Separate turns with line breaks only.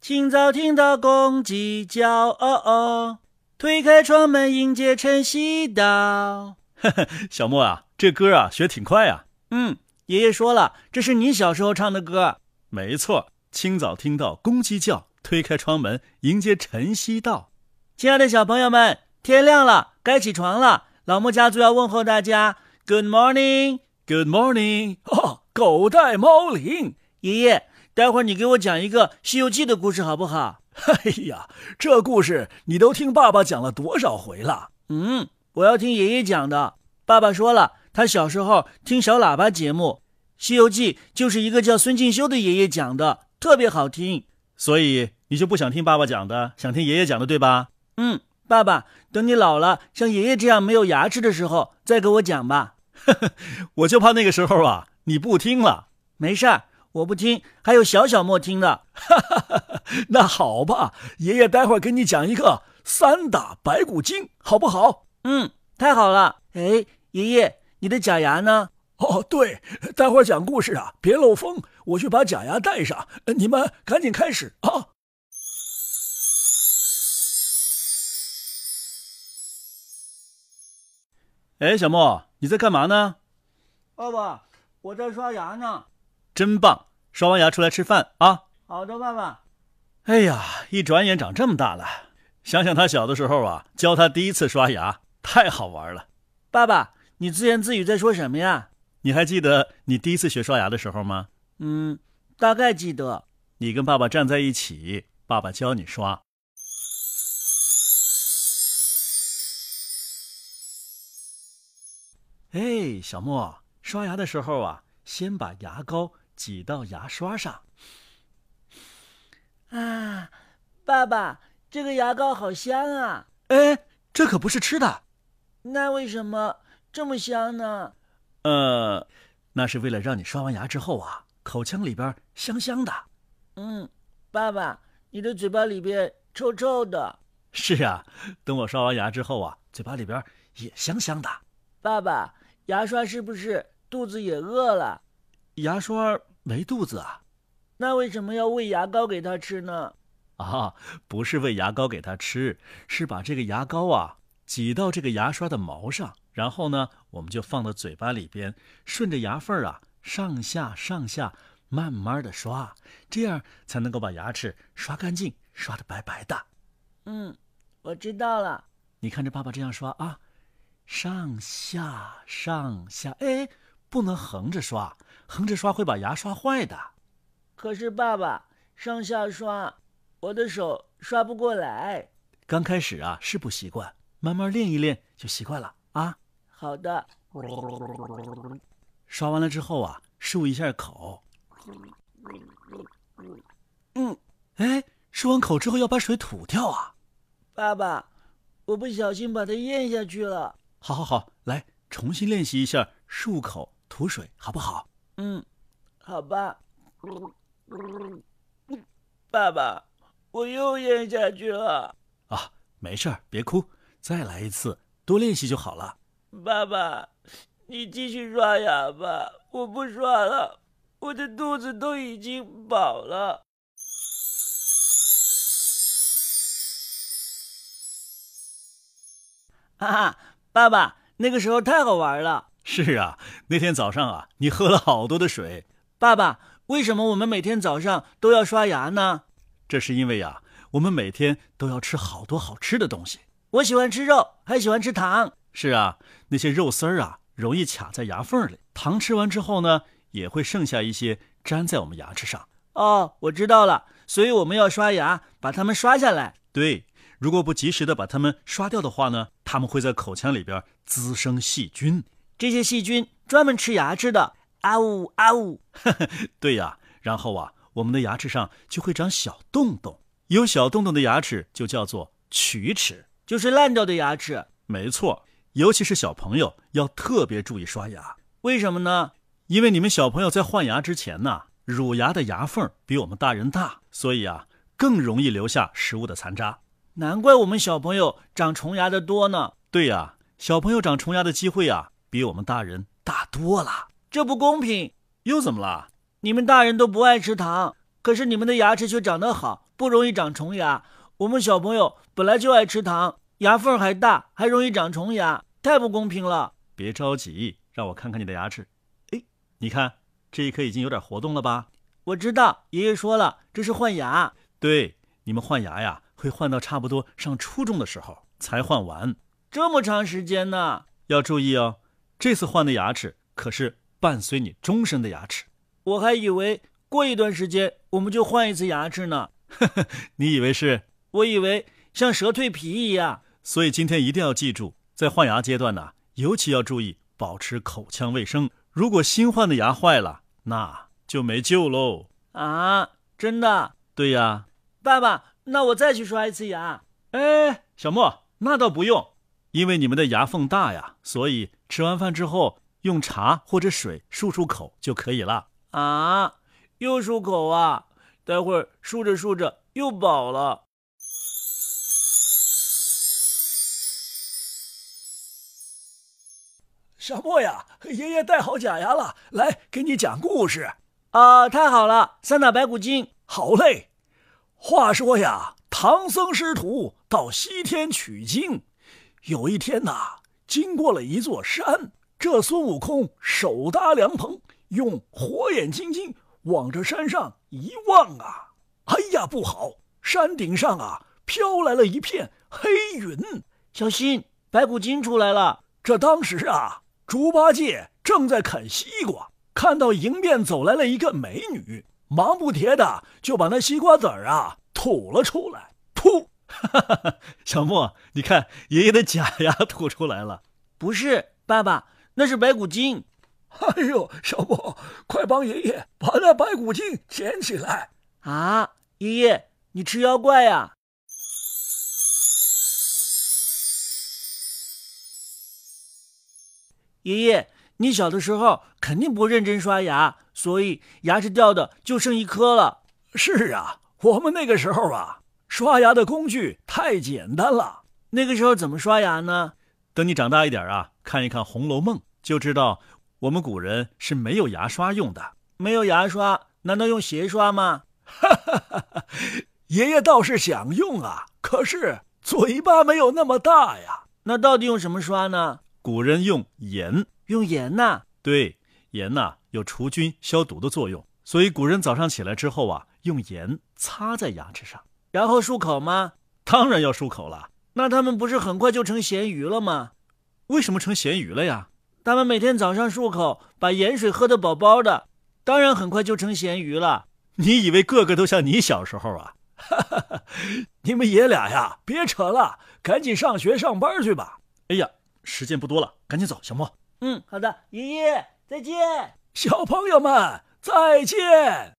清早听到公鸡叫，哦哦，推开窗门迎接晨曦 到。小莫啊，这歌啊学挺快啊。嗯，爷爷说了，这是你小时候唱的歌。
没错，清早听到公鸡叫，推开窗门迎接晨曦到。
亲爱的小朋友们，天亮了，该起床了。老莫家族要问候大家，Good morning，Good
morning。
哦，狗带猫铃。
爷爷，待会儿你给我讲一个《西游记》的故事好不好？
哎呀，这故事你都听爸爸讲了多少回了？
嗯，我要听爷爷讲的。爸爸说了，他小时候听小喇叭节目，《西游记》就是一个叫孙敬修的爷爷讲的，特别好听。
所以你就不想听爸爸讲的，想听爷爷讲的，对吧？
嗯，爸爸，等你老了，像爷爷这样没有牙齿的时候，再给我讲吧。
我就怕那个时候啊，你不听了。
没事儿。我不听，还有小小莫听的。
那好吧，爷爷待会儿给你讲一个三打白骨精，好不好？
嗯，太好了。哎，爷爷，你的假牙呢？
哦，对，待会儿讲故事啊，别漏风。我去把假牙带上，你们赶紧开始啊！
哎，小莫，你在干嘛呢？
爸爸，我在刷牙呢。
真棒！刷完牙出来吃饭啊！
好的，爸爸。
哎呀，一转眼长这么大了，想想他小的时候啊，教他第一次刷牙，太好玩了。
爸爸，你自言自语在说什么呀？
你还记得你第一次学刷牙的时候吗？
嗯，大概记得。
你跟爸爸站在一起，爸爸教你刷。哎，小莫，刷牙的时候啊，先把牙膏。挤到牙刷上
啊！爸爸，这个牙膏好香啊！
哎，这可不是吃的。
那为什么这么香呢？
呃，那是为了让你刷完牙之后啊，口腔里边香香的。
嗯，爸爸，你的嘴巴里边臭臭的。
是啊，等我刷完牙之后啊，嘴巴里边也香香的。
爸爸，牙刷是不是肚子也饿了？
牙刷没肚子啊，
那为什么要喂牙膏给它吃呢？
啊，不是喂牙膏给它吃，是把这个牙膏啊挤到这个牙刷的毛上，然后呢，我们就放到嘴巴里边，顺着牙缝啊上下上下慢慢的刷，这样才能够把牙齿刷干净，刷的白白的。
嗯，我知道了。
你看着爸爸这样刷啊，上下上下，哎。不能横着刷，横着刷会把牙刷坏的。
可是爸爸上下刷，我的手刷不过来。
刚开始啊是不习惯，慢慢练一练就习惯了啊。
好的。
刷完了之后啊，漱一下口。
嗯，
哎，漱完口之后要把水吐掉啊。
爸爸，我不小心把它咽下去了。
好好好，来重新练习一下漱口。吐水好不好？
嗯，好吧。爸爸，我又咽下去了。
啊，没事儿，别哭，再来一次，多练习就好了。
爸爸，你继续刷牙吧，我不刷了，我的肚子都已经饱了。哈、啊、哈，爸爸，那个时候太好玩了。
是啊，那天早上啊，你喝了好多的水。
爸爸，为什么我们每天早上都要刷牙呢？
这是因为呀、啊，我们每天都要吃好多好吃的东西。
我喜欢吃肉，还喜欢吃糖。
是啊，那些肉丝儿啊，容易卡在牙缝里。糖吃完之后呢，也会剩下一些粘在我们牙齿上。
哦，我知道了，所以我们要刷牙，把它们刷下来。
对，如果不及时的把它们刷掉的话呢，它们会在口腔里边滋生细菌。
这些细菌专门吃牙齿的，啊呜啊呜！
对呀、啊，然后啊，我们的牙齿上就会长小洞洞，有小洞洞的牙齿就叫做龋齿，
就是烂掉的牙齿。
没错，尤其是小朋友要特别注意刷牙，
为什么呢？
因为你们小朋友在换牙之前呢、啊，乳牙的牙缝比我们大人大，所以啊，更容易留下食物的残渣。
难怪我们小朋友长虫牙的多呢。
对呀、啊，小朋友长虫牙的机会啊。比我们大人大多了，
这不公平！
又怎么了？
你们大人都不爱吃糖，可是你们的牙齿却长得好，不容易长虫牙。我们小朋友本来就爱吃糖，牙缝还大，还容易长虫牙，太不公平了。
别着急，让我看看你的牙齿。哎，你看这一颗已经有点活动了吧？
我知道，爷爷说了，这是换牙。
对，你们换牙呀，会换到差不多上初中的时候才换完，
这么长时间呢？
要注意哦。这次换的牙齿可是伴随你终身的牙齿。
我还以为过一段时间我们就换一次牙齿呢。
你以为是？
我以为像蛇蜕皮一样。
所以今天一定要记住，在换牙阶段呢、啊，尤其要注意保持口腔卫生。如果新换的牙坏了，那就没救喽。
啊，真的？
对呀。
爸爸，那我再去刷一次牙。
哎，小莫，那倒不用，因为你们的牙缝大呀，所以吃完饭之后用茶或者水漱漱口就可以了。
啊，又漱口啊？待会儿漱着漱着又饱了。
小莫呀，爷爷带好假牙了，来给你讲故事。
啊、呃，太好了！三打白骨精，
好嘞。话说呀，唐僧师徒到西天取经，有一天呐、啊，经过了一座山，这孙悟空手搭凉棚，用火眼金睛往这山上一望啊，哎呀，不好！山顶上啊，飘来了一片黑云，
小心白骨精出来了。
这当时啊。猪八戒正在啃西瓜，看到迎面走来了一个美女，忙不迭的就把那西瓜籽儿啊吐了出来。噗！
小莫，你看爷爷的假牙吐出来了。
不是，爸爸，那是白骨精。
哎呦，小莫，快帮爷爷把那白骨精捡起来！
啊，爷爷，你吃妖怪呀、啊？爷爷，你小的时候肯定不认真刷牙，所以牙齿掉的就剩一颗了。
是啊，我们那个时候啊，刷牙的工具太简单了。
那个时候怎么刷牙呢？
等你长大一点啊，看一看《红楼梦》，就知道我们古人是没有牙刷用的。
没有牙刷，难道用鞋刷吗？
哈哈哈哈爷爷倒是想用啊，可是嘴巴没有那么大呀。
那到底用什么刷呢？
古人用盐，
用盐呐、啊，
对，盐呐、啊、有除菌消毒的作用，所以古人早上起来之后啊，用盐擦在牙齿上，
然后漱口吗？
当然要漱口了。
那他们不是很快就成咸鱼了吗？
为什么成咸鱼了呀？
他们每天早上漱口，把盐水喝得饱饱的，当然很快就成咸鱼了。
你以为个个都像你小时候啊？
你们爷俩呀，别扯了，赶紧上学上班去吧。
哎呀！时间不多了，赶紧走，小莫。
嗯，好的，爷爷再见，
小朋友们再见。